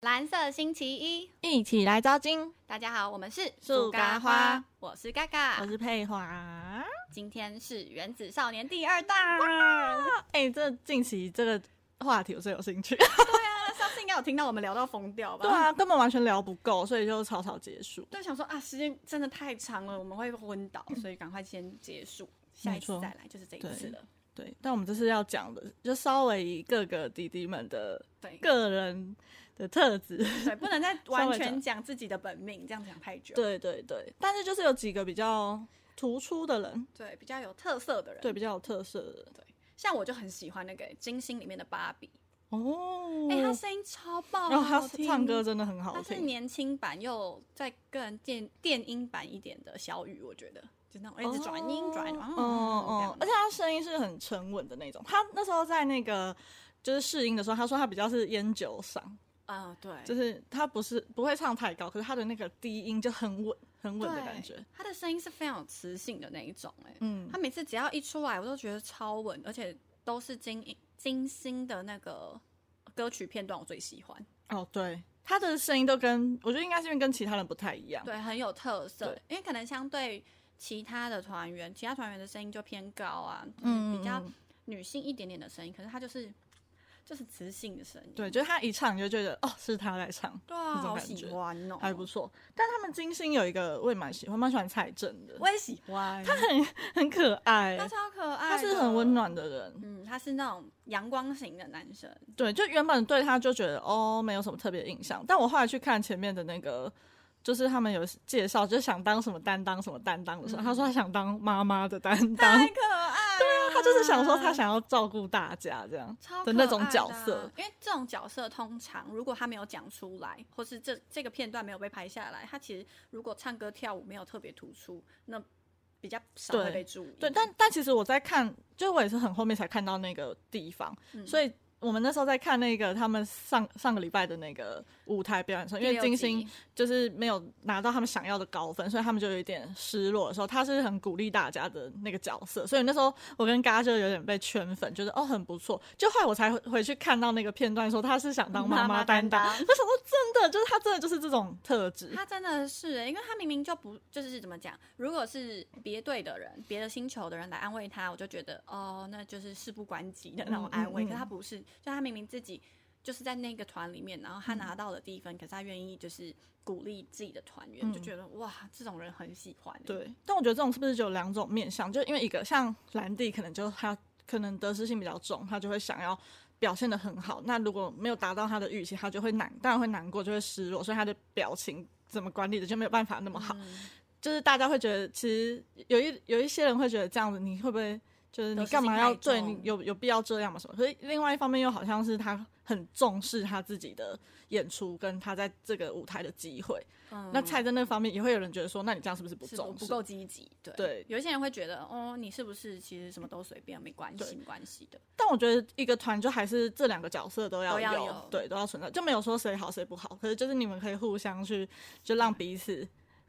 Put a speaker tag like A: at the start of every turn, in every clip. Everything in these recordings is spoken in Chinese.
A: 蓝色星期一，
B: 一起来招金。
A: 大家好，我们是
B: 树咖花，
A: 我是嘎嘎，
B: 我是佩华。
A: 今天是原子少年第二弹。
B: 哎、这近期这个话题我最有兴趣。
A: 那上次应该有听到我们聊到疯掉吧？
B: 对啊，根本完全聊不够，所以就草草结束。
A: 对，想说啊，时间真的太长了，我们会昏倒，所以赶快先结束，下一次
B: 没错
A: 再来，就是这一次了。
B: 对，但我们这次要讲的，就稍微以各个弟弟们的
A: 对
B: 个人的特质。
A: 对，不能再完
B: 稍微
A: 全
B: 讲
A: 讲自己的本命，这样讲太久。
B: 对对对，但是就是有几个比较突出的人，
A: 对，比较有特色的人。
B: 对，比较有特色的人。
A: 像我就很喜欢那个《金星》里面的芭比，
B: 哦，
A: 哎、她声音超爆，
B: 然后
A: 好
B: 哦他
A: 听
B: 唱歌真的很好
A: 它是
B: 听。
A: 年轻版又再更电电音版一点的小雨，我觉得就那种一直转音转，
B: 哦
A: 哦
B: 哦，而且他声音是很沉稳的那种。他那时候在那个就是试音的时候，他说他比较是烟酒嗓，
A: 啊对，
B: 就是他不是不会唱太高，可是他的那个低音就很稳很稳的感觉
A: 对。，他的声音是非常有磁性的那一种、哎、
B: 嗯
A: 他每次只要一出来，我都觉得超稳，而且都是精英精心的那个歌曲片段，我最喜欢，
B: 哦，对，他的声音都跟我觉得应该是因为跟其他人不太一样。
A: 对，很有特色
B: 嗯对，
A: 因为可能相对其他的团员，其他团员的声音就偏高啊，就是
B: 嗯，
A: 比较
B: 嗯嗯
A: 女性一点点的声音，可是他就是就是磁性的声音，
B: 对，就是他一唱你就觉得哦是他在唱，
A: 对啊，
B: 那种
A: 好
B: 感
A: 喜
B: 觉
A: 欢哦，
B: 还不错。但他们金星有一个我也蛮喜欢，蛮喜欢蔡正的，
A: 我也喜欢，他
B: 很可爱，
A: 他超可爱，
B: 他是很温。暖的人。
A: 嗯，他是那种阳光型的男生，
B: 对，就原本对他就觉得哦，没有什么特别印象，但我后来去看前面的那个，就是他们有介绍，就是想当什么担当什么担当的时候，
A: 嗯
B: 他说他想当妈妈的担当，
A: 太可爱了。对啊
B: 他就是想说他想要照顾大家这样。
A: 超
B: 的
A: 可
B: 那种
A: 爱
B: 角
A: 啊
B: 色，
A: 因为这种角色通常如果他没有讲出来，或是这这个片段没有被拍下来，他其实如果唱歌跳舞没有特别突出，那比较少会
B: 对
A: 被注意。
B: 对，但但其实我在看，就我也是很后面才看到那个地方，
A: 嗯
B: 所以我们那时候在看那个他们上上个礼拜的那个舞台表演的时候，因
A: 第
B: 为
A: 六
B: 金
A: 集
B: 星就是没有拿到他们想要的高分，所以他们就有一点失落的时候，他是很鼓励大家的那个角色，所以那时候我跟嘎就有点被圈粉，觉得哦很不错。就后来我才回回去看到那个片段，说他是想当妈妈担当，
A: 妈
B: 我
A: 妈
B: 想
A: 担
B: 说真的，就是他真的就是这种特质，
A: 他真的是、欸，因为他明明就不就是怎么讲，如果是别队的人、别的星球的人来安慰他，我就觉得哦，那就是事不关己的那种安慰。
B: 嗯嗯嗯
A: 可是他不是，就他明明自己就是在那个团里面，然后他
B: 嗯
A: 拿到了第一分，可是他愿意就是鼓励自己的团员，
B: 嗯
A: 就觉得哇，这种人很喜欢、欸。
B: 对。但我觉得这种是不是就有两种面向？就因为一个像兰蒂，可能就他可能得失心比较重，他就会想要。表现的很好，那如果没有达到他的预期，他就会难，当然会难过，就会失落，所以他的表情怎么管理的就没有办法那么好。
A: 嗯，
B: 就是大家会觉得，其实有一有一些人会觉得这样子，你会不会就是你干嘛要
A: 得失心
B: 对
A: 太重
B: 你有有必要这样嘛什么？可是另外一方面又好像是他很重视他自己的演出跟他在这个舞台的机会。
A: 嗯
B: 那蔡在那方面也会有人觉得说，那你这样是不是不
A: 是不
B: 重视？
A: 不够积极，对
B: 对
A: 有一些人会觉得，哦，你是不是其实什么都随便，没关系，
B: 对
A: 没关系的，
B: 但我觉得一个团就还是这两个角色都要
A: 都
B: 有，
A: 要有
B: 对，都要存在，就没有说谁好谁不好。可是就是你们可以互相去，就让彼此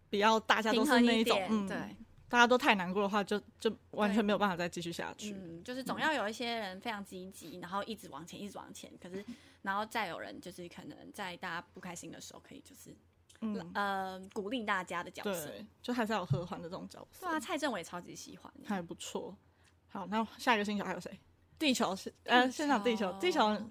B: 不要大家都
A: 平
B: 是
A: 衡
B: 那
A: 一
B: 一种，
A: 点，
B: 嗯，
A: 对。
B: 大家都太难过的话，就就完
A: 对
B: 全没有办法再继续下去。
A: 嗯，就是总要有一些人非常积极，然后一直往前，一直往前。可是， 然后再有人就是可能在大家不开心的时候，可以就是、
B: 嗯
A: 呃鼓励大家的角色。
B: 对，就还是要有和缓的这种角色，
A: 对啊，蔡政我也超级喜欢。
B: 还不错。好，那下一个星球还有谁？地球是呃，现场地球，地球，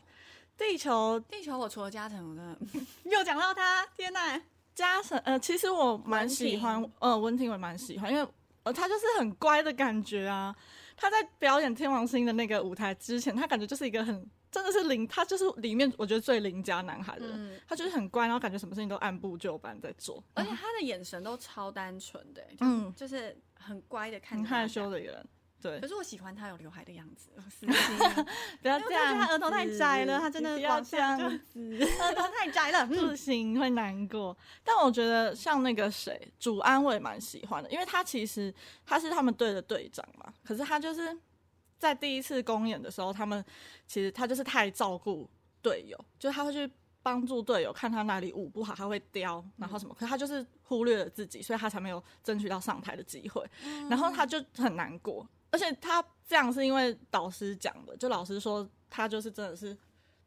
B: 地球
A: 地球我除了加藤，我真的 又讲到他，天哪！
B: 加成呃，其实我蛮
A: 文
B: 喜
A: 婷
B: 欢呃文婷，我也蛮喜欢，因为呃她就是很乖的感觉啊。她在表演天王星的那个舞台之前，她感觉就是一个很真的是邻，她就是里面我觉得最邻家男孩的人，
A: 嗯，哎
B: 她就是很乖，然后感觉什么事情都按部就班在做，
A: 而且他的眼神都超单纯的、就是
B: 嗯
A: 就是很乖的看
B: 很
A: 着大
B: 害
A: 家
B: 羞。的一个人。对
A: 可，是我喜欢他有刘海的样 子，私心
B: 不要
A: 因为我
B: 这样子，
A: 真的觉得他额头太窄了他真
B: 你
A: 的
B: 不要
A: 往
B: 这
A: 下
B: 样
A: 就
B: 子。
A: 额头 太窄了。嗯
B: 不行，会难过。但我觉得像那个谁，主安我也蛮喜欢的，因为他其实他是他们队的队长嘛，可是他就是在第一次公演的时候，他们其实他就是太照顾队友，就是他会去。帮助队友看他哪里舞不好，他会雕，然后什么，可是他就是忽略了自己，所以他才没有争取到上台的机会。
A: 嗯
B: 然后他就很难过，而且他这样是因为导师讲的，就老师说他就是真的是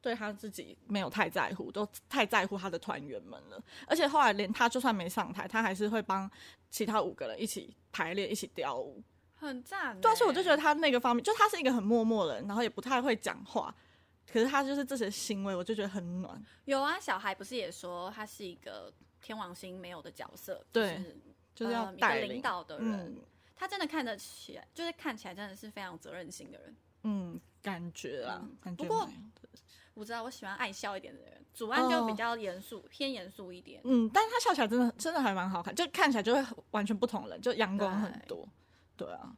B: 对他自己没有太在乎，都太在乎他的团员们了。而且后来连他就算没上台，他还是会帮其他五个人一起排练、一起跳舞。
A: 很赞、欸。
B: 对啊，所以我就觉得他那个方面，就他是一个很默默的人，然后也不太会讲话，可是他就是这些行为，我就觉得很暖。
A: 有啊，小孩不是也说他是一个天王星没有的角色，
B: 对
A: 就是
B: 就是要
A: 呃一
B: 带
A: 个
B: 领
A: 领导的人，
B: 嗯
A: 他真的看得起来，就是看起来真的是非常有责任心的人。
B: 嗯，感觉啦，
A: 嗯
B: 感觉
A: 不过
B: 蛮有的
A: 我知道我喜欢爱笑一点的人，祖安
B: 哦
A: 就比较严肃，偏严肃一点。
B: 嗯，但是他笑起来真的真的还蛮好看，就看起来就会完全不同人，就阳光很多。对啊，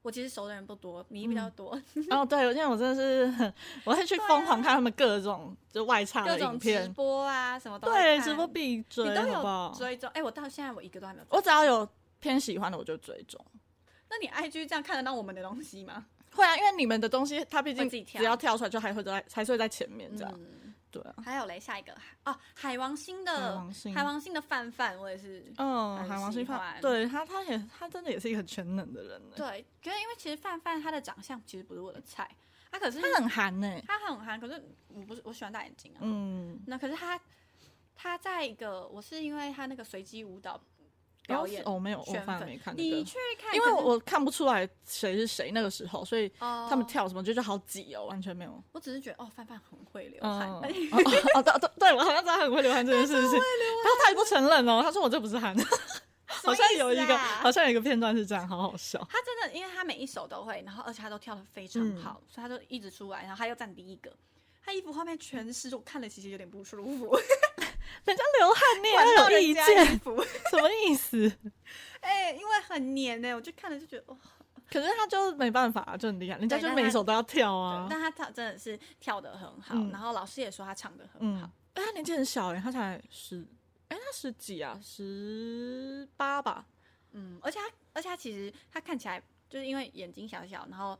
A: 我其实熟的人不多，你比较多，
B: 哦对，因为我真的是很，我会去
A: 对啊
B: 疯狂看他们各种就外差
A: 各
B: 的
A: 种
B: 影
A: 直
B: 片，
A: 播啊什么都会
B: 对，
A: 看
B: 直播必追，
A: 你都
B: 好不
A: 有
B: 好？
A: 追踪。哎、我到现在我一个都还没有追。
B: 我只要有偏喜欢的我就追踪。
A: 那你 IG 这样看得到我们的东西吗？
B: 会啊，因为你们的东西，它毕
A: 会
B: 竟
A: 自己跳
B: 只要跳出来，就还会在，还是会在前面这样。
A: 嗯，
B: 对啊，
A: 还有嘞，下一个哦，海王星的
B: 海王星
A: 海王星的范范，我也是。
B: 嗯，
A: 很
B: 海王
A: 喜
B: 星范，
A: 欢
B: 对他，他也，他真的也是一个很全能的人欸呢。，
A: 对，可是因为其实范范他的长相其实不是我的菜，他可是
B: 他很韩呢。
A: 他很韩，可是我不是我喜欢戴眼镜啊。
B: 嗯，
A: 那可是他他在一个，我是因为他那个随机舞蹈
B: 然后
A: 表演
B: 哦，没有，我
A: 圈
B: 反而
A: 粉
B: 没看那
A: 你
B: 个，
A: 去看，
B: 因为
A: 可是
B: 我看不出来谁是谁那个时候，所以
A: 哦
B: 他们跳什么就就好挤哦，完全没有。
A: 我只是觉得哦，范范很会流汗，
B: 嗯，哦
A: 而且
B: 哦哦，对对对，我好像知道他很会流汗这件事情，然后他也不承认哦，他说我这不是韩， 好像有一
A: 什么意思
B: 个，
A: 啊
B: 好像有一个片段是这样，好好笑。
A: 他真的，因为他每一首都会，然后而且他都跳的非常好，
B: 嗯
A: 所以他就一直出来，然后他又占第一个。他衣服后面全湿，我看了其实有点不舒 服。
B: 人家流汗你也
A: 玩到
B: 要有
A: 人
B: 意
A: 家
B: 见
A: 衣，服，
B: 什么意思？
A: 哎、因为很黏欸呢、我就看了就觉得哇、哦
B: 可是他就没办法，啊就很厉害，人家就每一首都要跳啊
A: 对。但他跳真的是跳的很好，
B: 嗯
A: 然后老师也说他唱的很
B: 嗯
A: 好。，
B: 哎，他年纪很小哎、他才十，哎，他十几啊？十八吧？
A: 嗯而且他而且他其实他看起来就是因为眼睛小小，然后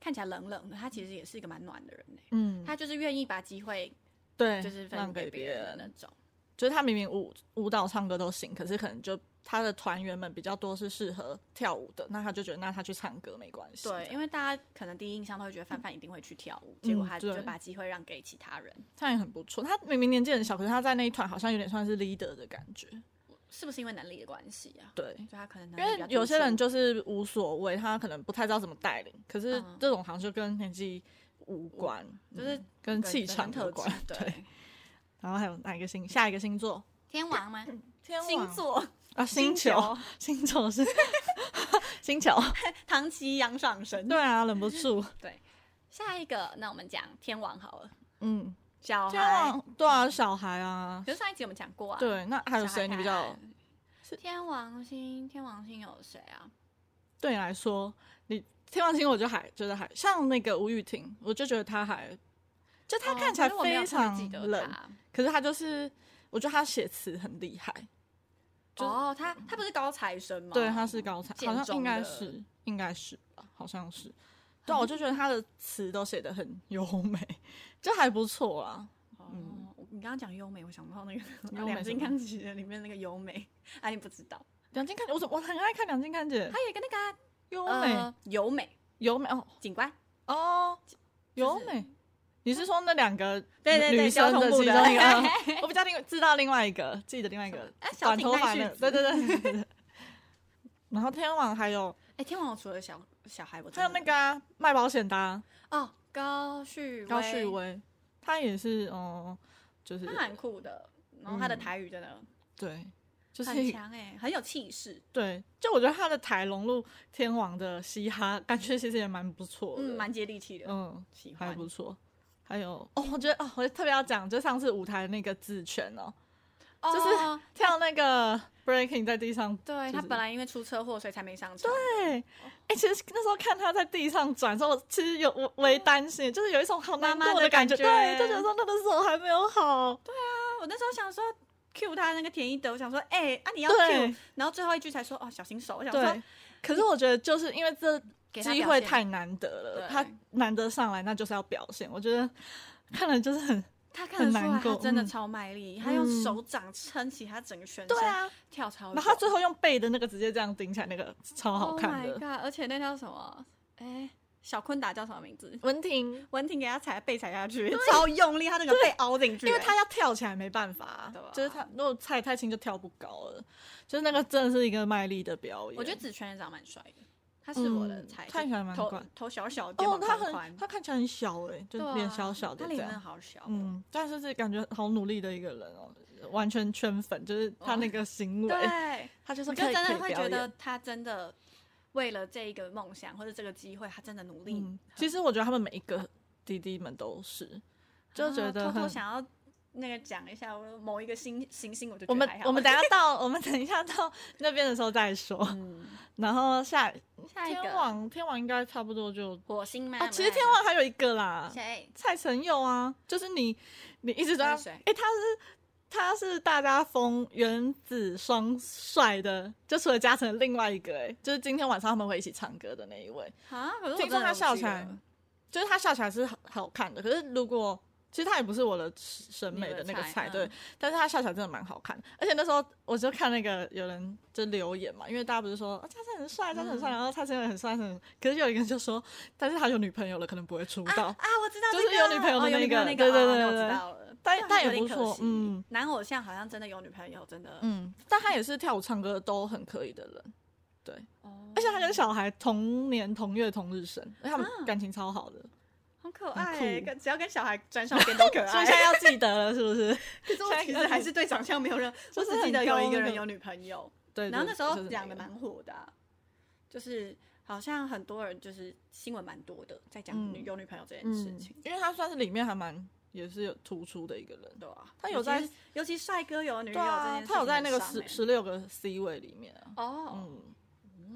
A: 看起来冷冷的，他其实也是一个蛮暖的人呢、欸
B: 嗯，
A: 他就是愿意把机会
B: 对，
A: 就是分
B: 嗯让
A: 给
B: 给
A: 别人的那
B: 人。
A: 种。
B: 就是他明明舞舞蹈、唱歌都行，可是可能就他的团员们比较多是适合跳舞的，那他就觉得那他去唱歌没关系。
A: 对，因为大家可能第一印象都会觉得范范一定会去跳舞，结果他就
B: 嗯对
A: 把机会让给其他人，
B: 他也很不错。他明明年纪很小，可是他在那一团好像有点算是 leader 的感觉。
A: 是不是因为能力的关系啊？
B: 对，
A: 就他可能能
B: 因
A: 力比
B: 为
A: 较
B: 有
A: 突
B: 些人
A: 出
B: 就是无所谓，他可能不太知道怎么带领，可是
A: 嗯
B: 这种好像就跟年纪无关，嗯
A: 就是
B: 跟
A: 个
B: 气
A: 人
B: 场
A: 特
B: 有
A: 质
B: 关。对，
A: 对，
B: 然后还有哪一个星？下一个星座？
A: 天王吗？
B: 天
A: 星座，
B: 啊，星球，星球 是星球。
A: 唐奇阳上神。
B: 对啊，忍不住，
A: 对，下一个，那我们讲天王好了，
B: 嗯，
A: 小
B: 天
A: 孩。
B: 王对啊，小孩啊，
A: 可是上一集我们讲过啊，，
B: 对，那还有谁你比较？？
A: 天王星，天王星有谁啊？
B: 对你来说，你天王星我就还觉得还像那个吴雨婷，我就觉得她还，就她
A: 哦
B: 看起来
A: 可是我没有
B: 非
A: 特别
B: 常
A: 记得
B: 冷，
A: 他
B: 可是她就是，我觉得她写词很厉害，就是
A: 哦，他他不是高材生吗？
B: 对，她是高材，
A: 建
B: 好像
A: 中
B: 应该
A: 的
B: 是，应该是吧，好像 是。对啊，我就觉得她的词都写的很优美， 就还不错啊。
A: 哦，你刚刚讲优美，我想不到那个
B: 优美
A: 两
B: 什
A: 金
B: 么
A: 康琪的里面那个优美，啊，你不知道，
B: 梁静看，我怎么我很爱看梁静看姐
A: 还，有一个那个啊
B: 优美
A: 呃优美
B: 优美哦
A: 警官，
B: 哦，优美。你是说那两个
A: 对对对
B: 女生
A: 交通
B: 的
A: 部
B: 其中
A: 的
B: 一个？啊 我比较另知道另外一个，记得另外一个
A: 哎小
B: 短
A: 井
B: 头发
A: 奈
B: 的
A: 绪，子
B: 对对对对对。 对然后天王还有
A: 哎，天王我除了小小孩，我真
B: 还有
A: 的
B: 那个啊卖保险的啊
A: 哦高旭
B: 高旭
A: 威，
B: 威，他也是哦，就是
A: 他蛮酷的，然后他的
B: 嗯
A: 台语真的
B: 对，就是
A: 很强哎，很有气势，
B: 对，就我觉得他的台融入天王的嘻哈，感觉其实也蛮不错的，
A: 嗯，蛮接地气的，
B: 嗯
A: 喜
B: 还
A: 欢
B: 不错。还有哦，我觉得哦，我特别要讲，就上次舞台那个自权哦，就是
A: 哦
B: 跳那个 breaking 在地上，
A: 对
B: 就
A: 他
B: 是
A: 本来因为出车祸所以才没上场，
B: 对，
A: 哦
B: 哎、其实那时候看他在地上转的时候，我其实有我微担心，就是有一种好难
A: 嗯妈妈
B: 过
A: 的
B: 感
A: 感觉
B: 对，就觉得说他的手还没有好，
A: 啊我那时候想说 Q 他那个田一德，我想说哎啊你要 Q，
B: 对
A: 然后最后一句才说哦小心手，我想说
B: 对。可是我觉得就是因为这
A: 给他
B: 机
A: 表
B: 会
A: 现
B: 太难得了，
A: 对
B: 他难得上来，那就是要表现。我觉得看了就是很
A: 他看得出
B: 很
A: 来，
B: 难
A: 他
B: 过
A: 真的
B: 嗯
A: 超卖力，他用手掌撑起他整个全身，
B: 对啊，
A: 跳超久。
B: 然后他最后用背的那个直接这样顶起来，那个超好看
A: Oh
B: 的
A: my god！而且那叫什么？哎、小坤达叫什么名字？
B: 文婷，
A: 文婷给他踩背踩下去，超用力，他那个背凹进去、
B: 因为
A: 欸
B: 他要跳起来没办法啊、
A: 对啊
B: 就是他如果踩太轻就跳不高了，就是那个真的是一个卖力的表演。
A: 我觉得子圈也长蛮帅的，他是我的
B: 嗯
A: 菜，
B: 看起来蛮
A: 头
B: 怪
A: 头小小，肩
B: 哦
A: 膀，
B: 他
A: 宽
B: 很
A: 宽
B: 他看起来很小哎、就
A: 对
B: 是
A: 啊
B: 脸小小的
A: 他
B: 这
A: 脸真
B: 样。
A: 的好小哦，
B: 嗯，但是是感觉好努力的一个人哦，完全圈粉，就是他那个行为，
A: 哦对，
B: 他就是
A: 你
B: 可
A: 就
B: 以
A: 真
B: 可
A: 的
B: 以
A: 会
B: 表
A: 觉得
B: 演。
A: 他真的为了这一个梦想或者这个机会，他真的努力很，
B: 嗯，其实我觉得他们每一个弟弟们都是，就觉
A: 啊
B: 得
A: 偷
B: 很
A: 偷想要那个讲一下我某一个星行星，我就觉
B: 我
A: 得
B: 们
A: 还好
B: 我们等一 下到我们等一下到那边的时候再说。
A: 嗯，
B: 然后下
A: 下一
B: 天
A: 个
B: 王天王应该差不多就
A: 火星妈
B: 啊，
A: 妈，
B: 其实天王还有一个啦，
A: 谁？
B: 蔡承佑啊，就是你你一直都要
A: 那是谁
B: 诶，他是他是大家封原子双帅的，就除了嘉诚的另外一个诶，就是今天晚上他们会一起唱歌的那一位，
A: 啊，可是我
B: 听
A: 真
B: 说
A: 的
B: 他
A: 忘
B: 笑
A: 记
B: 起来
A: 了啊
B: 就是他笑起来是好好看的，可是如果其实他也不是我的审美的那个
A: 你的
B: 菜，
A: 菜
B: 对
A: 嗯，
B: 但是他笑起来真的蛮好看的。而且那时候我就看那个有人就留言嘛，因为大家不是说啊，他真很帅，他很
A: 嗯
B: 帅，然后他真的很帅，很，可是有一个人就说，但是他有女朋友了，可能不会出道。
A: 啊，我知道
B: 就
A: 这
B: 是
A: 个
B: 有女朋友
A: 哦
B: 的
A: 有
B: 那
A: 女朋友
B: 个
A: 那
B: 对
A: 个，
B: 对
A: 哦
B: 对
A: 那
B: 对
A: 我知
B: 对
A: 道了，
B: 但
A: 那
B: 但
A: 有
B: 也不
A: 点可
B: 错
A: 惜
B: 嗯
A: 男偶像好像真的有女朋友，真的，
B: 嗯，但他也是跳舞唱歌都很可以的人，对，
A: 哦
B: 而且他跟小孩同年同月同日生，而且他们
A: 啊
B: 感情超好的，
A: 很可
B: 很
A: 爱
B: 酷
A: 欸，跟只要跟小孩沾上边都 可
B: 所以
A: 爱
B: 现。 在要记得了，是不是？
A: 可是我其实还是对长相没有 任，
B: 就
A: 我
B: 是
A: 只记得
B: 很
A: 有一
B: 高
A: 个人
B: 那
A: 有女朋友，
B: 对，
A: 然后那时候讲的
B: 蛮。
A: 蛮火的啊、就是好像很多人就是新闻蛮多的，在讲
B: 嗯
A: 女有女朋友这件事
B: 嗯
A: 情，，
B: 因为他算是里面还蛮也是有突出的一个人。
A: 对啊，
B: 他
A: 尤
B: 有
A: 其
B: 在
A: 是，尤其帅哥有女
B: 对
A: 友这件
B: 啊
A: 事，情
B: 他有在那个
A: 很伤
B: 十
A: 欸
B: 十六个 C 位里面啊。
A: 哦，
B: 嗯，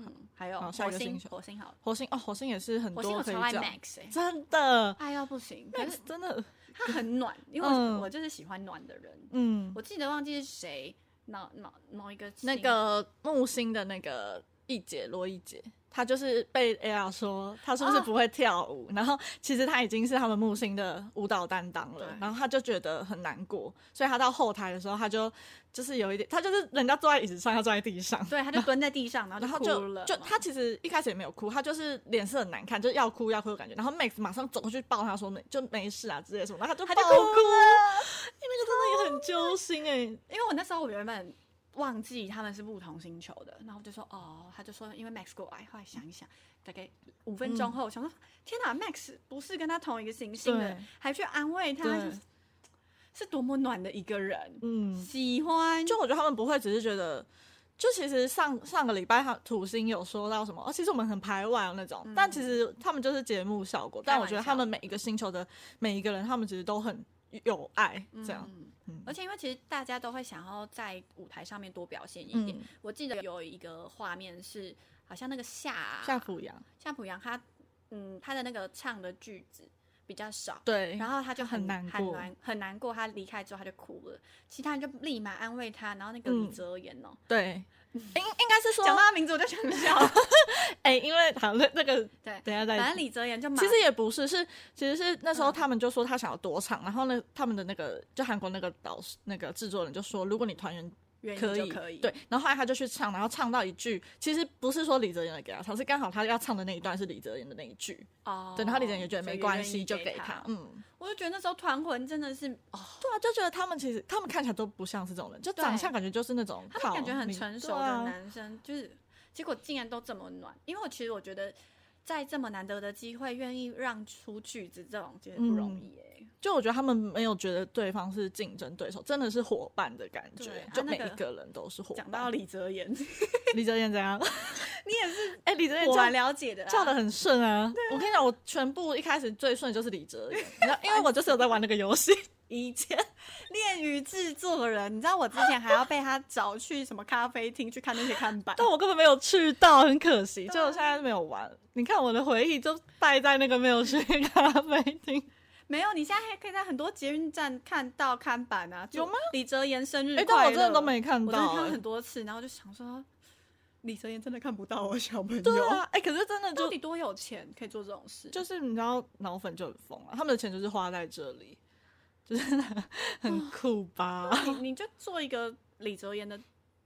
A: 嗯，还有
B: 好下一
A: 火
B: 个
A: 星
B: 星，球
A: 火星好了，
B: 火星哦，火星也是很
A: 火星
B: 多
A: 我
B: 可以
A: 超爱
B: 讲，
A: Max 哎、
B: 真的
A: 爱到不行，可是
B: ，Max 真的，
A: 他很暖，因为
B: 嗯
A: 我我就是喜欢暖的人。
B: 嗯，
A: 我记得忘记是谁，某某某一个星
B: 那个木星的那个一姐罗一姐，她就是被 Ella 说她是不是
A: 哦
B: 不会跳舞，然后其实她已经是他们木星的舞蹈担当了
A: 对，
B: 然后她就觉得很难过，所以她到后台的时候，她就就是有一点，她就是人家坐在椅子上，她坐在地上，
A: 对，他就蹲在地上，然
B: 然后
A: 后
B: 就
A: 哭了嘛，
B: 就他其实一开始也没有哭，他就是脸色很难看，就是要哭要哭的感觉。然后 Max 马上走过去抱他说没就没事啊之类的什么，然后他就
A: 他
B: 爆
A: 就
B: 哭，
A: 哭
B: 那个真的也很揪心哎、
A: 因为我那时候我原本忘记他们是不同星球的，然后我就说哦，他就说因为 Max 过来，后来想一想，大概五分
B: 嗯
A: 钟后，我想说天哪，Max 不是跟他同一个行星的
B: 对，
A: 还去安慰他，
B: 对
A: 就是是多么暖的一个人，
B: 嗯，
A: 喜欢
B: 就我觉得他们不会只是觉得。就其实上上个礼拜，他土星有说到什么哦，其实我们很排外哦那种，但
A: 嗯
B: 其实他们就是节目效果。但我觉得他们每一个星球的每一个人，他们其实都很有爱，这样。
A: 嗯
B: 嗯
A: 而且因为其实大家都会想要在舞台上面多表现一点。
B: 嗯，
A: 我记得有一个画面是，好像那个夏
B: 夏普阳
A: 夏普阳他嗯他的那个唱的句子比较少，
B: 对，
A: 然后他就
B: 很
A: 很
B: 难过
A: 很难很难过。他离开之后他就哭了，其他人就立马安慰他。然后那个李
B: 嗯啊
A: 哲言哦，
B: 对， 应应该是说
A: 讲、到他名字我就想笑。
B: 哎、因为好那那个
A: 对，
B: 等一下再
A: 反正李哲言就马嗯
B: 其实也不是，是其实是那时候他们就说他想要多场，然后呢，他们的那个就韩国那个导师那个制作人就说，如果你团员
A: 原因
B: 可
A: 就
B: 以，
A: 可以，
B: 对，然后后来他就去唱，然后唱到一句，其实不是说李泽言的给他唱，是刚好他要唱的那一段是李泽言的那一句，
A: 哦，
B: 对，然后李泽言也觉得
A: 所以
B: 没关
A: 愿
B: 系，
A: 意
B: 就
A: 给
B: 给他，嗯，
A: 我就觉得那时候团魂真的是哦，
B: 对啊，就觉得他们其实他们看起来都不像是这种人，就长
A: 对
B: 相感觉就是那种
A: 他们感觉
B: 靠
A: 很
B: 你
A: 成熟
B: 对
A: 的
B: 啊
A: 男生，就是结果竟然都这么暖。因为我其实我觉得，在这么难得的机会，愿意让出句子这种，其实不
B: 嗯
A: 容易哎、
B: 就我觉得他们没有觉得对方是竞争对手，真的是伙伴的感
A: 对
B: 觉
A: 啊，
B: 就
A: 那
B: 每
A: 个
B: 一个人都是伙
A: 讲到
B: 伴。
A: 李哲 言，
B: 李泽言怎样？
A: 你也是
B: 哎、李泽言
A: 我
B: 这样
A: 蛮了解的啦，
B: 跳的很顺啊！我跟你讲，我全部一开始最顺的就是李哲言，你知道因为我就是有在玩那个游戏，以前
A: 恋与制作人，你知道我之前还要被他找去什么咖啡厅去看那些看 板，
B: 但我根本没有去到，很可惜，
A: 对啊
B: 就我现在没有玩。你看我的回忆就败在那个没有去咖啡厅。
A: 没有，你现在还可以在很多捷运站看到看板啊，
B: 有吗？
A: 李哲言生日
B: 哎、
A: 快乐，
B: 但我真的都没看
A: 我真的
B: 到、
A: 看了哎
B: 欸
A: 很。多次，然后就想说，李哲言真的看不到我小朋友，
B: 对啊，哎、可是真的
A: 到
B: 就
A: 底多有钱可以做这种事？
B: 就是你知道脑粉就很疯啊，他们的钱就是花在这里， 就是很酷吧？
A: 你你就做一个李哲言的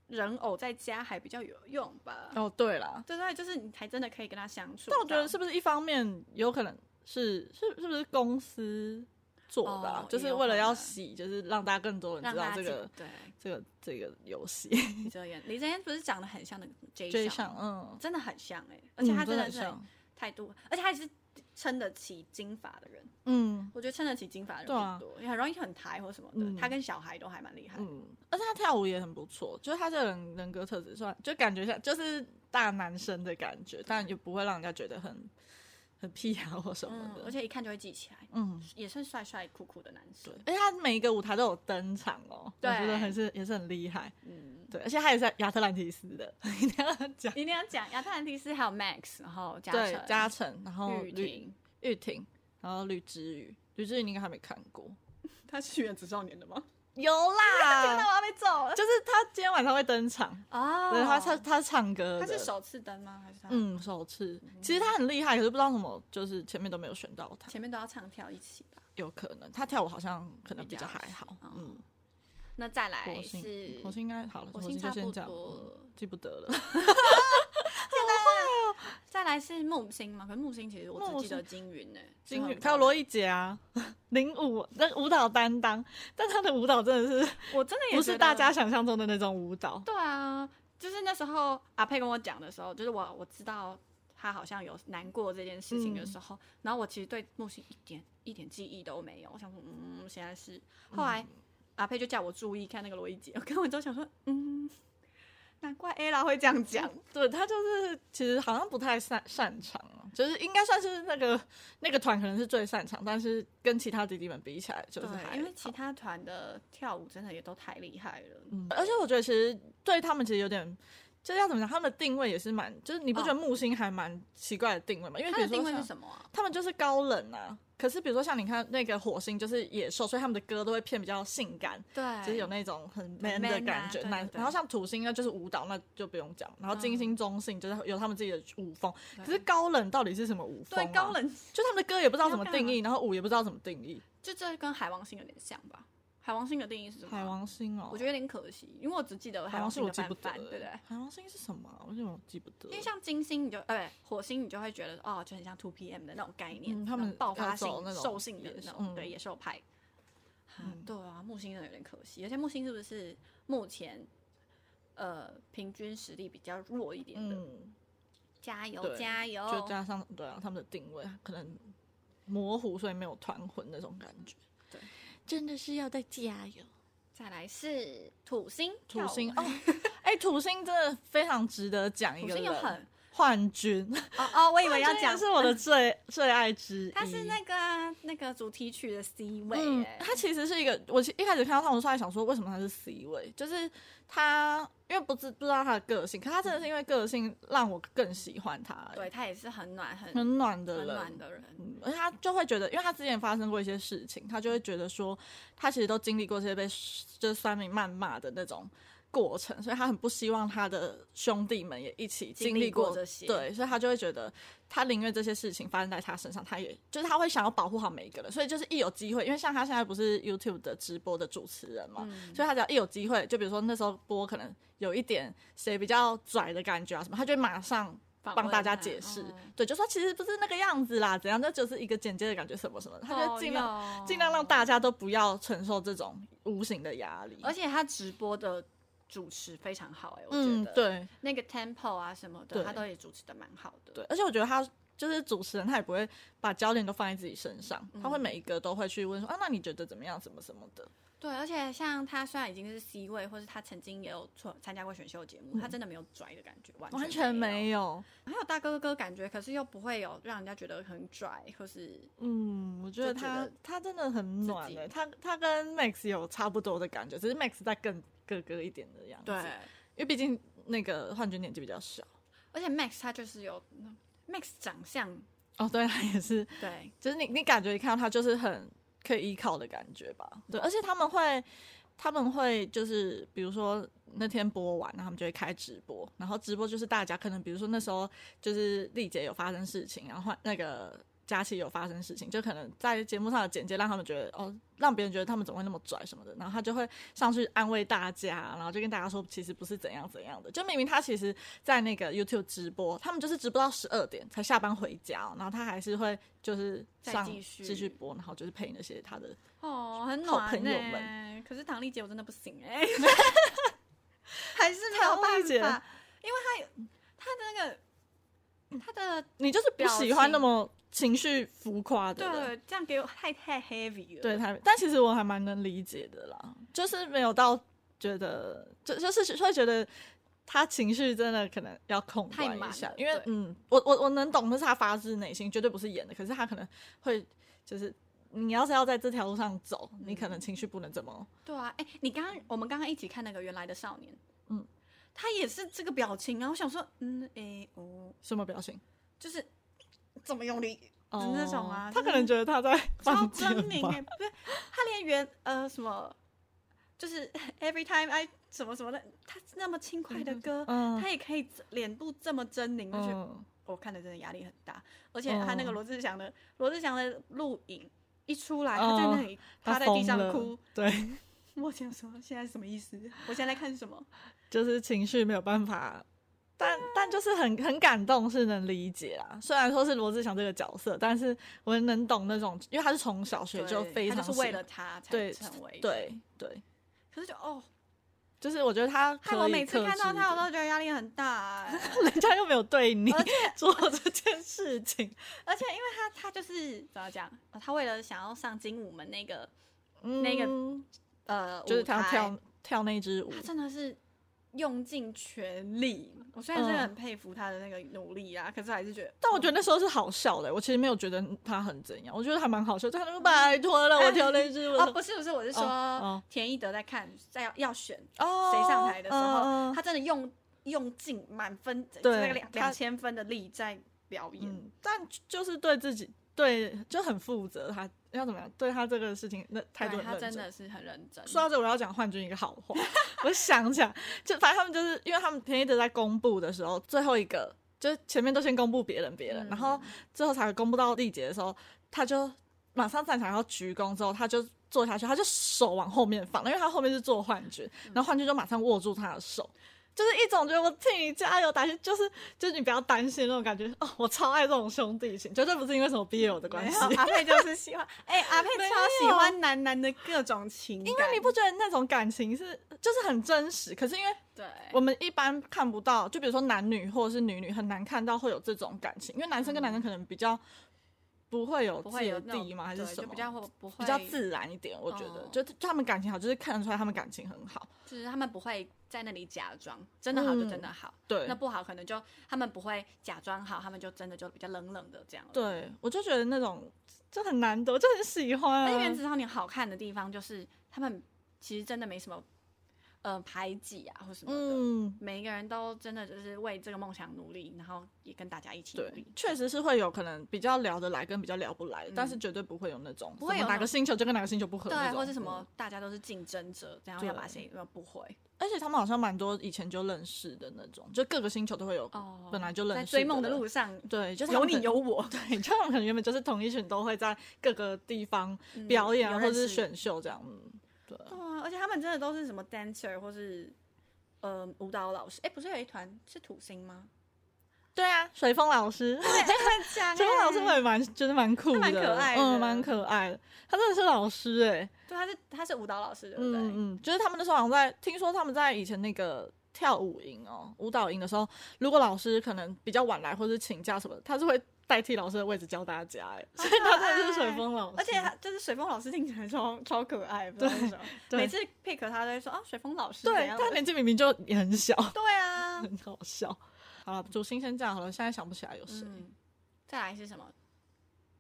A: 人偶在家还比较有用吧。
B: 哦，对啦，
A: 对对，就是你才真的可以跟他相处到。
B: 但我觉得是不是一方面有可能是是是不是公司做的啊、
A: 哦
B: 就
A: 也
B: 是
A: 有
B: 为了
A: 可
B: 要
A: 能
B: 洗，就是让大家更多人
A: 让
B: 知道
A: 大家
B: 这
A: 记
B: 个
A: 对
B: 这个这个游戏。
A: 李泽言，李泽言不是长得很像那个 J
B: 追
A: 上
B: 上，嗯，
A: 真的很像哎、而且他
B: 嗯
A: 真
B: 真的
A: 的
B: 很
A: 是
B: 像
A: 态度，而且他也是撑得起金发的人。
B: 嗯
A: 我觉得撑得起金发的
B: 对啊
A: 人不多，也很容易很抬或什么的。
B: 嗯
A: 他跟小孩都还蛮厉害的。
B: 嗯，而且他跳舞也很不错，就是他这个人人格特质算，就感觉像就是大男生的感觉，但也不会让人家觉得很很屁啊或什么
A: 嗯，而
B: 的。
A: 且一看就会记起来，
B: 嗯，
A: 也算帅帅酷酷的男生
B: 对。，而且他每一个舞台都有登场哦，我觉得
A: 对
B: 还是也是很厉害。
A: 嗯，
B: 对，而且他也是亚特兰提斯的， 一定要讲。
A: 一定要讲亚特兰蒂斯还有 Max，然后嘉
B: 对
A: 诚、，
B: 嘉诚，哦然后
A: 玉
B: 吕
A: 婷，
B: 玉婷，然后吕知宇，吕知宇你应该还没看过，
A: 他是原子少年的 吗？
B: 有啦，
A: 我要被揍了
B: 就是他今天晚上会登场，
A: 哦！
B: 对他他他是唱歌
A: 他
B: 的，
A: 是首次登吗？还是他
B: 嗯首次，其实他很厉害，可是不知道为什么，就是前面都没有选到他，
A: 前面都要唱跳一起吧？
B: 有可能他跳舞好像可能比较
A: 比较
B: 还好
A: 好，
B: 嗯，
A: 那再
B: 火
A: 来
B: 星
A: 是
B: 火星应该好了，
A: 火
B: 火
A: 星
B: 星
A: 差
B: 就
A: 不
B: 先这样，
A: 多
B: 嗯记不得了，
A: 再来是木星嘛？可是木星其实我
B: 木
A: 只记
B: 星
A: 得金云呢，
B: 金
A: 就
B: 宇
A: 很
B: 还有
A: 高
B: 罗艺杰啊， 领舞那舞蹈担当，但他的舞蹈真的 是
A: 我真的也
B: 不是
A: 觉
B: 大
A: 得
B: 家想象中的那种舞 蹈，
A: 对啊，就是那时候阿佩跟我讲的时候，就是我我知道他好像有难过这件事情
B: 嗯
A: 的时候，然后我其实对木星一点一点记忆都没有。我想说，嗯，现在是后
B: 嗯
A: 来、阿佩就叫我注意看那个罗伊姐，我看完之后想说，嗯，难怪 ella 会这样 讲，
B: 对他就是其实好像不太擅擅长啊，就是应该算是那个那个团可能是最擅长，但是跟其他弟弟们比起来，就是还
A: 对，因为其
B: 好
A: 他团的跳舞真的也都太厉害了。
B: 嗯，而且我觉得其实对他们其实有点。就是要怎么讲，他们的定位也是蛮，就是你不觉得木星还蛮奇怪的定位吗？因为
A: 哦他
B: 比
A: 的
B: 如
A: 定
B: 说
A: 位是
B: 像
A: 什么哎啊？
B: 他们就是高冷啊，可是比如说像你看那个火星就是野兽，所以他们的歌都会偏比较性感，
A: 对，
B: 就是有那种很 man 的
A: 嗯 man 啊
B: 感觉。
A: 对
B: 男
A: 对对
B: 然后像土星呢，就是舞蹈，那就不用讲。然后金星、中性就是有他们自己的舞风。
A: 对
B: 可是啊高冷到底是什么舞风、
A: 嗯对高，冷，
B: 就他们的歌也不知道怎么定义，然后舞也不知道怎么定义。
A: 就这跟海王星有点像吧？海王星的定义是什么啊？
B: 海王星哦，
A: 我觉得有点可惜，因为我只记得
B: 得
A: 海
B: 海王
A: 星
B: 星
A: 的
B: 我记
A: 拌
B: 不得欸
A: 饭，，对不对？？
B: 海王星是什么啊？我怎么记不得？
A: 因为像金星，你就呃不对，火星，你就会觉得哦，就很像 Two PM 的那种概念，
B: 嗯他们
A: 那种爆发性
B: 要走、那种
A: 兽性的那种，
B: 野兽嗯嗯
A: 对野兽派。啊对啊，木星真的有点可惜，而且木星是不是目前呃平均实力比较弱一点的？
B: 嗯，
A: 加油
B: 对
A: 加油！
B: 就加上对啊，他们的定位可能模糊，所以没有团魂那种感觉。
A: 对，
B: 真的是要再加油。
A: 再来是土星，
B: 土星
A: 跳
B: 哦
A: 舞，
B: 哎、土星真的非常值得讲一
A: 土
B: 个
A: 星有
B: 人。
A: 很
B: 幻君，
A: 哦哦，我以为要
B: 幻君也
A: 讲
B: 是我的最最爱之一。
A: 他是那个啊那个主题曲的 C 位、
B: 嗯
A: 哎，
B: 他其实是一个，我其一开始看到他，我上来想说，为什么他是 C 位？就是他，因为不知不知道他的个性，可他真的是因为个性让我更喜欢他、
A: 对，他也是很暖很
B: 很暖的
A: 很
B: 人，
A: 暖的人，
B: 嗯，而且他就会觉得，因为他之前发生过一些事情，他就会觉得说，他其实都经历过这些被就是酸民谩骂的那种过程，所以他很不希望他的兄弟们也一起
A: 经
B: 经
A: 历
B: 历过
A: 过这些
B: 对，所以他就会觉得，他宁愿这些事情发生在他身上，他也就是他会想要保护好每一个人，所以就是一有机会，因为像他现在不是 YouTube 的直播的主持人嘛，
A: 嗯
B: 所以他只要一有机会，就比如说那时候播可能有一点谁比较拽的感觉啊什么，他就会马上帮大家解释，对，就说其实不是那个样子啦，怎样，那就是一个简介的感觉，什么什么的，他
A: 哦
B: 就尽量
A: 量
B: 尽量让大家都不要承受这种无形的压力。
A: 而且他直播的主持非常好、哎，我觉
B: 嗯
A: 得、，，
B: 对
A: 那个 tempo 啊什么的，
B: 对
A: 他都也主持的蛮好的。
B: 对，而且我觉得他就是主持人，他也不会把焦点都放在自己身上，他
A: 嗯
B: 会每一个都会去问说啊，那你觉得怎么样，什么什么的。
A: 对，而且像他虽然已经是 C 位，或是他曾经也有参参加过选秀节目，他真的没有拽的感觉，完
B: 嗯完
A: 全
B: 全
A: 没
B: 没有，
A: 有。还有大哥哥感觉，可是又不会有让人家觉得很拽，或是
B: 嗯，我觉
A: 就
B: 得
A: 觉
B: 他
A: 得
B: 他真的很
A: 自
B: 暖
A: 己
B: 诶、他他跟 Max 有差不多的感觉，只是 Max 在更哥哥一点的样子，
A: 对。
B: 因为毕竟那个幻觉年纪比较小，
A: 而且 Max 他就是有嗯 Max 长相，
B: 哦，对他也是
A: 对，
B: 就是你你感觉一看到他就是很可以依靠的感觉吧？对，而且他们会他们会就是比如说那天播完，然后他们就会开直播，然后直播就是大家可能比如说那时候就是丽姐有发生事情，然后换那个。佳琪有发生事情，就可能在节目上的简介让他们觉得哦，让别人觉得他们怎么会那么拽什么的，然后他就会上去安慰大家，然后就跟大家说其实不是怎样怎样的，就明明他其实在那个 YouTube 直播，他们就是直播到十二点才下班回家哦、然后他还是会就是
A: 再
B: 上
A: 继续
B: 继续播，然后就是配那些他的
A: 哦，很
B: 好
A: 暖、欸、
B: 朋友们。
A: 可是唐丽姐我真的不行 哎、还是没有
B: 唐丽
A: 办法，因
B: 姐
A: 为她她的那个她的
B: 你就是不
A: 表
B: 喜欢那
A: 情
B: 么情绪浮夸的人。
A: 对这样给我太太 heavy 了。
B: 对，他，但其实我还蛮能理解的啦，就是没有到觉得，就就是会觉得他情绪真的可能要控
A: 太
B: 管
A: 满
B: 一下
A: 了，
B: 因为
A: 对
B: 嗯，我我我能懂，那是他发自内心，绝对不是演的，可是他可能会就是。你要是要在这条路上走，你可能情绪不能这么
A: 对啊，哎、你刚刚我们刚刚一起看那个《原来的少年》，
B: 嗯，
A: 他也是这个表情啊。我想说，嗯，哎、哦，
B: 什么表情，
A: 就是这么用力，
B: 哦
A: 是那种啊
B: 他
A: 就是
B: 可能觉得他在
A: 超
B: 放
A: 狰
B: 电
A: 狞
B: 吧
A: 哎，，不是他连原呃什么，就是 Every time I 什么什么的，他那么轻快的歌，
B: 嗯
A: 他也可以脸部这么狰狞，就是、
B: 嗯，
A: 我看的真的压力很大。而且他那个
B: 嗯
A: 罗志祥的罗志祥的录影一出来，
B: 哦
A: 他在那里趴在地
B: 疯
A: 上
B: 了
A: 哭，，
B: 对，
A: 我想说现在是什么意思？我现在在看什么？
B: 就是情绪没有办法，但但就是很很感动，是能理解啦。虽然说是罗志祥这个角色，但是我能懂那种，因为他是从小学就
A: 对
B: 非常
A: 他就是为
B: 喜
A: 了
B: 欢
A: 他才
B: 对
A: 成为，
B: 对对，
A: 可是就哦，
B: 就是我觉得他
A: 害
B: 可以
A: 我每次
B: 克
A: 看到
B: 制
A: 他，我
B: 一点
A: 都觉得压力很大、 哎
B: 人家又没有对你
A: 而且
B: 做这件事情，
A: 而且因为他他就是怎么讲，呃他为了想要上精武门那个
B: 那
A: 个呃，
B: 嗯就是
A: 舞
B: 他
A: 台
B: 跳跳那支舞
A: 他，真的是用尽全力。我虽然真的很佩服他的那个努力啊，可是还是觉得，
B: 嗯但我觉得那时候是好笑的，我其实没有觉得他很怎样，我觉得还蛮好笑，就他那个拜托了，我跳那支舞，
A: 嗯哦，不是不是，我是说
B: 哦
A: 田一德在看，在要要选
B: 哦
A: 谁上台的时
B: 嗯
A: 候，
B: 嗯
A: 他真的用用尽满分，
B: 对
A: 那个两
B: 他
A: 两千分的力在表演。
B: 嗯，但就是对自己对就很负责他，要怎么样对他这个事情那态度
A: 对
B: 很
A: 他
B: 认
A: 真
B: 真。
A: 的是很认真。
B: 说到这，我要讲幻君一个好话。 我想起来，就反正他们就是因为他们便宜的在公布的时候，最后一个就是前面都先公布别人
A: 嗯
B: 别人，然后最后才公布到丽姐的时候，他就马上站起来然后鞠躬之后，他就坐下去，他就手往后面放，因为他后面是坐幻觉，
A: 嗯
B: 然后幻觉就马上握住他的手。就是一种觉得我替你加油打气，就是就是你不要担心那种感觉哦，我超爱这种兄弟情，绝对不是因为什么 BL 的关
A: 没
B: 系
A: 有，阿佩就是喜欢，哎、阿佩
B: 没有
A: 超喜欢男男的各种情感，
B: 因为你不觉得那种感情是就是很真实，可是因为
A: 对，
B: 我们一般看不到，就比如说男女或者是女女，很难看到会有这种感情，因为男生跟男生可能比较不会有
A: 不会有
B: 芥
A: 那种
B: 蒂嘛，还是
A: 对
B: 什
A: 就
B: 么，
A: 比较会不会
B: 比较，自然一点。我觉得，
A: 哦
B: 就就他们感情好，就是看得出来他们感情很好。
A: 就是他们不会在那里假装，真的好就真的好，
B: 嗯对
A: 那，不好可能就他们不会假装好，他们就真的就比较冷冷的这样。，
B: 对我就觉得那种就很难得，我就很喜欢、
A: 而且
B: 啊
A: 原。子少年好看的地方就是他们其实真的没什么呃排挤啊或什么的。
B: 嗯，
A: 每一个人都真的就是为这个梦想努力，然后也跟大家一起努
B: 对
A: 力，。
B: 确实是会有可能比较聊得来跟比较聊不来，但是绝对不会有那种
A: 嗯不会
B: 什么
A: 有
B: 哪
A: 那
B: 个
A: 种
B: 星球就跟哪个星球不合那
A: 对，
B: 种，
A: 或是什么
B: 嗯。，
A: 大家都是竞争者，这样
B: 对
A: 要把谁呃不会
B: 而且他们好像蛮多以前就认识的那种，就各个星球都会有
A: 哦
B: 本来就认识
A: 在追梦的
B: 人
A: 路上，
B: 对，就是
A: 有
B: 他们
A: 你有我，
B: 可能， 对，就他们可能原本就是同一群，都会在各个地方
A: 嗯
B: 表演啊、
A: 有
B: 或
A: 认
B: 者是
A: 识
B: 选秀这样。嗯对，
A: 对啊，而且他们真的都是什么 dancer 或是呃舞蹈老师。哎、不是有一团是土星吗？
B: 对啊，水风老师，
A: 很强、欸
B: 水风老师我也蛮觉得蛮酷的，
A: 他蛮可爱的
B: 嗯，蛮可爱的。他真的是老师哎、
A: 对，他是他是舞蹈老师，对不对？
B: 嗯嗯，就是他们那时候好像在听说他们在以前那个。跳舞营哦，舞蹈营的时候，如果老师可能比较晚来或者请假什么的，他是会代替老师的位置教大家，哎，所以他真的就是水风老师，
A: 而且他就是水风老师听起来超超可爱，不知道为什么。
B: 对
A: 每次 pick 他都会说啊，水风老师怎
B: 对
A: 样的
B: 他年纪明明就也很小，
A: 对 啊，
B: 很好笑。好了，主星先这样好了，现在想不起来有谁。
A: 嗯。再来是什么？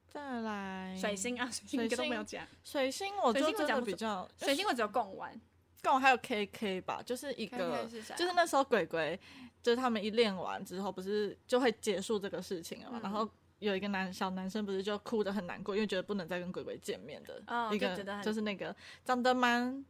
B: 再来，
A: 水，星啊，水星
B: 嗯水
A: 一个都
B: 星
A: 没有讲。
B: 水星，我
A: 水
B: 就
A: 星我
B: 真
A: 讲
B: 的
A: 不
B: 比
A: 出
B: 较
A: 水星我只有贡丸，
B: 跟我还有 KK 吧，就是一个
A: KK 是谁啊
B: 就是那时候鬼鬼，就是他们一练完之后，不是就会结束这个事情了嘛，
A: 嗯
B: 然后。有一个男小男生不是就哭得很难过，因为觉得不能再跟鬼鬼见面的、
A: 哦
B: 一
A: 就
B: 个
A: 觉得，很
B: 就是那个长得蛮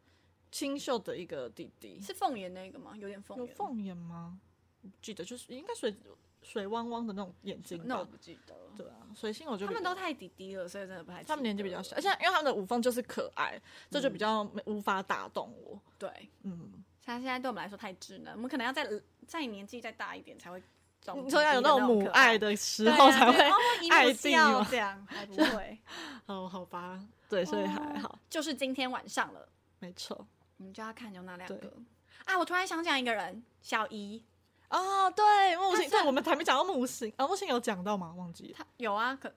B: 清秀的一个弟弟，
A: 是凤眼那个吗？有点凤
B: 有
A: 眼。
B: 凤眼吗？我不记得就是应该水水汪汪的那种眼睛吧。
A: 那我不记得了。
B: 对啊，水星我就
A: 他
B: 比
A: 们
B: 较
A: 都太滴滴了，所以真的不太记得了。嗯
B: 他们年纪比较小，而且因为他们的舞风就是可爱，这就比较没无法打动我。
A: 对，
B: 嗯，
A: 他现在对我们来说太稚嫩，我们可能要再再年纪再大一点才会懂。
B: 你说要有那
A: 嗯那
B: 种母
A: 可
B: 爱的时候才
A: 对
B: 会
A: 啊，对哦
B: 爱
A: 姨母
B: 弟
A: 笑
B: 吗
A: 这样，还不会。
B: 哦，好吧，对，所以
A: 哦
B: 还好，
A: 就是今天晚上了，
B: 没错。
A: 我们就要看有哪两
B: 对
A: 个啊！我突然想讲一个人，小姨，
B: 哦，对，木
A: 它
B: 星，
A: 是
B: 对，我们还没讲到木星啊，木星有讲到吗？忘记了。
A: 她有啊，可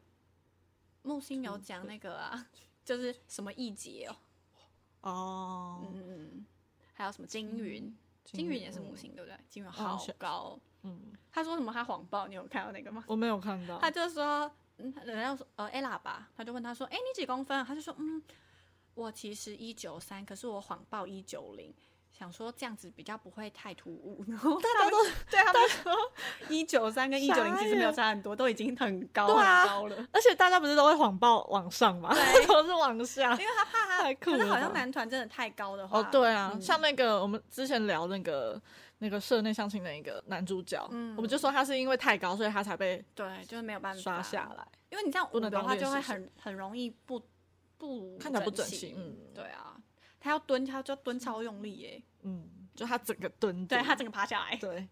A: 木星有讲那个啊，就是什么异节哦，
B: 哦
A: 嗯，嗯嗯，还有什么金云，金云也是木，星对不对？金云
B: 好
A: 好
B: 像
A: 高哦，
B: 嗯，
A: 他说什么他谎报，你有看到那个吗？
B: 我没有看到
A: 他，就说，嗯，人家说，呃，ella 吧，他就问他说，哎、你几公分啊？他就说，嗯，我其实一九三，可是我谎报一九零，想说这样子比较不会太突兀。然 后大家都对他们说，一九三跟一
B: 傻
A: 九零其实没有
B: 眼
A: 差很多，都已经很高
B: 对
A: 很
B: 啊
A: 高了。
B: 而且大家不是都会谎报往上吗？
A: 对
B: 都是往下
A: 因。为他怕他，
B: 太酷
A: 可是
B: 了
A: 好
B: 吧
A: 像男团真的太高的话，
B: 哦，对啊，
A: 嗯
B: 像那个我们之前聊那个那个社内相亲的一个男主角，
A: 嗯
B: 我们就说他是因为太高，所以他才被
A: 对，就是没有办法
B: 刷下，来。
A: 因为你这样
B: 不
A: 舞
B: 能
A: 的
B: 当
A: 话
B: 练
A: 就
B: 习
A: 会
B: 生
A: 很很容易不不
B: 看起来不整
A: 齐
B: 齐，嗯
A: 对啊，他要蹲，他就要蹲超用力耶，
B: 嗯，就他整个蹲
A: 对
B: 点，
A: 他整个爬下来。
B: 对，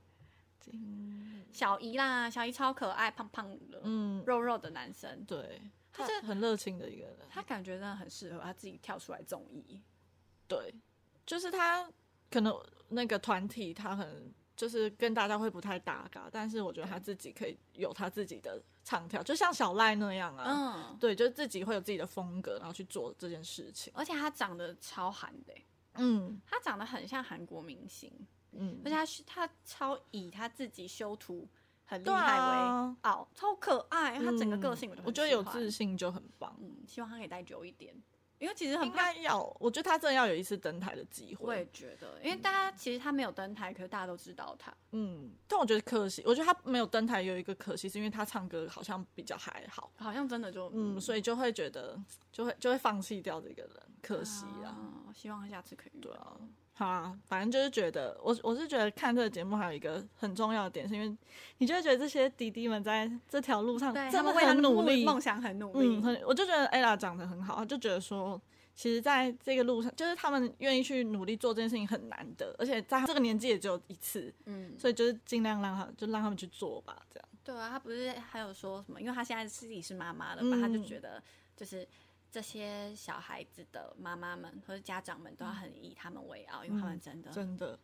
A: 小姨啦，小姨超可爱，胖胖的，
B: 嗯，
A: 肉肉的男生，
B: 对，
A: 他
B: 他
A: 这
B: 很热情的一个人。
A: 他感觉真的很适合他自己跳出来综艺。
B: 对，就是他可能那个团体他很就是跟大家会不太搭嘎，但是我觉得他自己可以有他自己的唱跳，就像小赖那样啊。
A: 嗯，
B: 对，就是自己会有自己的风格，然后去做这件事情。
A: 而且他长得超韩的欸、
B: 嗯
A: 他长得很像韩国明星，
B: 嗯
A: 而，且他是他超以他自己修图很厉
B: 对
A: 害为
B: 啊，嗯
A: 傲，超可爱。他整个个性我就
B: 我
A: 很
B: 觉得
A: 喜
B: 有
A: 欢
B: 自，信就很棒。
A: 嗯，希望他可以待久一点，因为其实很
B: 应
A: 怕。
B: 该要，我觉得他真的要有一次登台的机
A: 我也
B: 会。
A: 觉得，因为大家其实他没有登台，可是大家都知道他。
B: 嗯，但我觉得可惜，我觉得他没有登台有一个可惜，是因为他唱歌好像比较还好。
A: 好像真的就
B: 嗯，所以就会觉得就会就会放弃掉这个人，可惜啊。
A: 啊，希望他下次可以遇
B: 对
A: 到
B: 啊，好啊，反正就是觉得我我是觉得看这个节目还有一个很重要的点，是因为你就会觉得这些弟弟们在这条路上
A: 对，他
B: 真的
A: 们为他
B: 很
A: 们的
B: 努
A: 梦
B: 力，
A: 梦想很努力，
B: 嗯，很我就觉得 ella 讲的很好，她就觉得说。其实，在这个路上，就是他们愿意去努力做这件事情很难得，而且在这个年纪也只有一次，
A: 嗯，
B: 所以就是尽量让他，就让他们去做吧，这样。
A: 对啊，他不是还有说什么？因为他现在自己是妈妈了嘛，
B: 嗯
A: 他就觉得就是这些小孩子的妈妈们或者家长们都要很以他们为傲，因为他们嗯真的
B: 嗯
A: 嗯
B: 真的，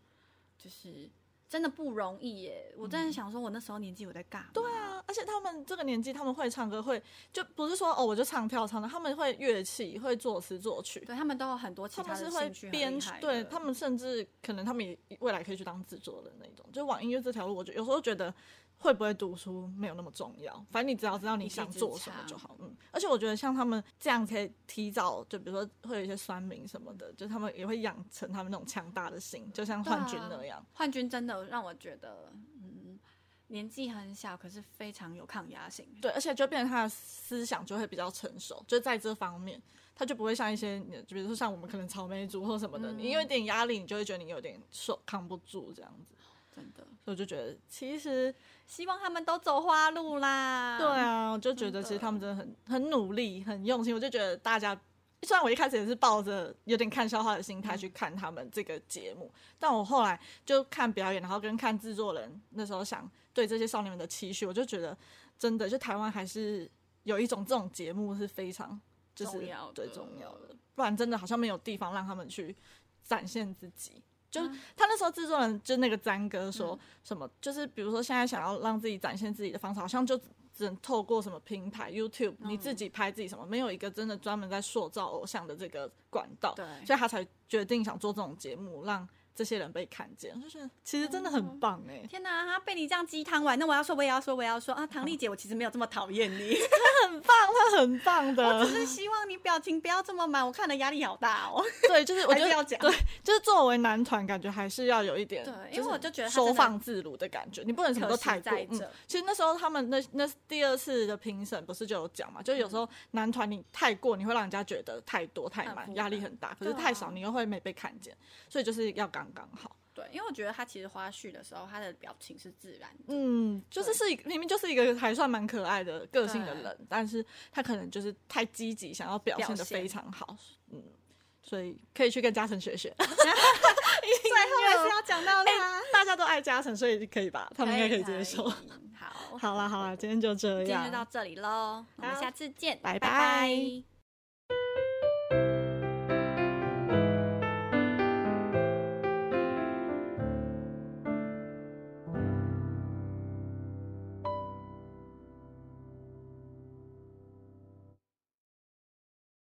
A: 就是真的不容易耶。我真的想说，我那时候年纪我在干嘛？
B: 对啊，而且他们这个年纪，他们会唱歌，会就不是说哦，我就唱跳唱的，他们会乐器，会作词作曲，
A: 对他们都有很多其
B: 他们
A: 的
B: 是会
A: 兴趣很
B: 编
A: 厉
B: 曲
A: 害，的，
B: 对他们甚至可能他们也未来可以去当制作人那种。就往音乐这条路，我觉得有时候觉得会不会读书没有那么重要，反正你只要知道你
A: 一技
B: 想
A: 之
B: 做什么
A: 长
B: 就好。嗯，而且我觉得像他们这样可以提早，就比如说会有一些酸民什么的，就他们也会养成他们那种强大的心，就像
A: 对啊
B: 幻军那样。
A: 幻军真的让我觉得，嗯，年纪很小，可是非常有抗压性。
B: 对，而且就变成他的思想就会比较成熟，就在这方面，他就不会像一些，你就比如说像我们可能草莓族或什么
A: 嗯
B: 的，你有一点压力，你就会觉得你有点受扛不住这样子。
A: 真的，
B: 所以我就觉得，其实
A: 希望他们都走花路啦。
B: 对啊，我就觉
A: 嗯真
B: 得其实
A: 的
B: 他们真的很很努力、很用心。我就觉得大家，虽然我一开始也是抱着有点看笑话的心
A: 嗯
B: 态去看他们这个节目，但我后来就看表演，然后跟看制作人，那时候想对这些少年们的期许，我就觉得真的，就台湾还是有一种这种节目是非常就是
A: 重要的
B: 对重要的，不然真的好像没有地方让他们去展现自己。就是
A: 嗯
B: 他那时候制作人就那个詹哥说什么，就是比如说现在想要让自己展现自己的方式，好像就只能透过什么平台 YouTube 你自己拍自己什么，没有一个真的专门在塑造偶像的这个管道，
A: 对
B: 所以他才决定想做这种节目，让这些人被看见。我就觉得其实真的很棒哎、
A: 天哪，他被你这样鸡汤完，那我要说，我也要说，我也要说啊！唐丽姐，我其实没有这么讨 厌你，
B: 很棒，他很棒的
A: 只，是希望你表情不要这么满，我看的压力好大哦。
B: 对，就是我
A: 还
B: 觉
A: 是
B: 得
A: 要讲，
B: 对，就是作为男团，感觉还是要有一点，
A: 对因为我就觉得他
B: 收
A: 真的
B: 放自如的感觉，你不能什么都太过
A: 可惜在。
B: 嗯
A: 这，
B: 其实那时候他们那那第二次的评审不是就有讲嘛，就有时
A: 嗯
B: 候男团你太过，你会让人家觉得太多太
A: 很
B: 满，
A: 复
B: 压力
A: 杂
B: 很大；可
A: 对
B: 是太
A: 啊嗯
B: 少，你又会没被看见，所以就是要刚刚好。
A: 对，因为我觉得他其实花絮的时候，他的表情是自然的。
B: 嗯，就是
A: 对
B: 是一个明明就是一个还算蛮可爱的个性的
A: 对
B: 人，但是他可能就是太积极，想要表
A: 表
B: 现的
A: 现
B: 非常好，嗯，所以可以去跟嘉诚学学。
A: 最后还是要讲到他，
B: 哎大家都爱嘉诚，所以可以吧？他们应该可以接受。
A: 哎 好，
B: 好啦好啦，今天就这样，
A: 今天就到这里喽，我们
B: 好
A: 下次见，
B: 拜
A: 拜
B: 拜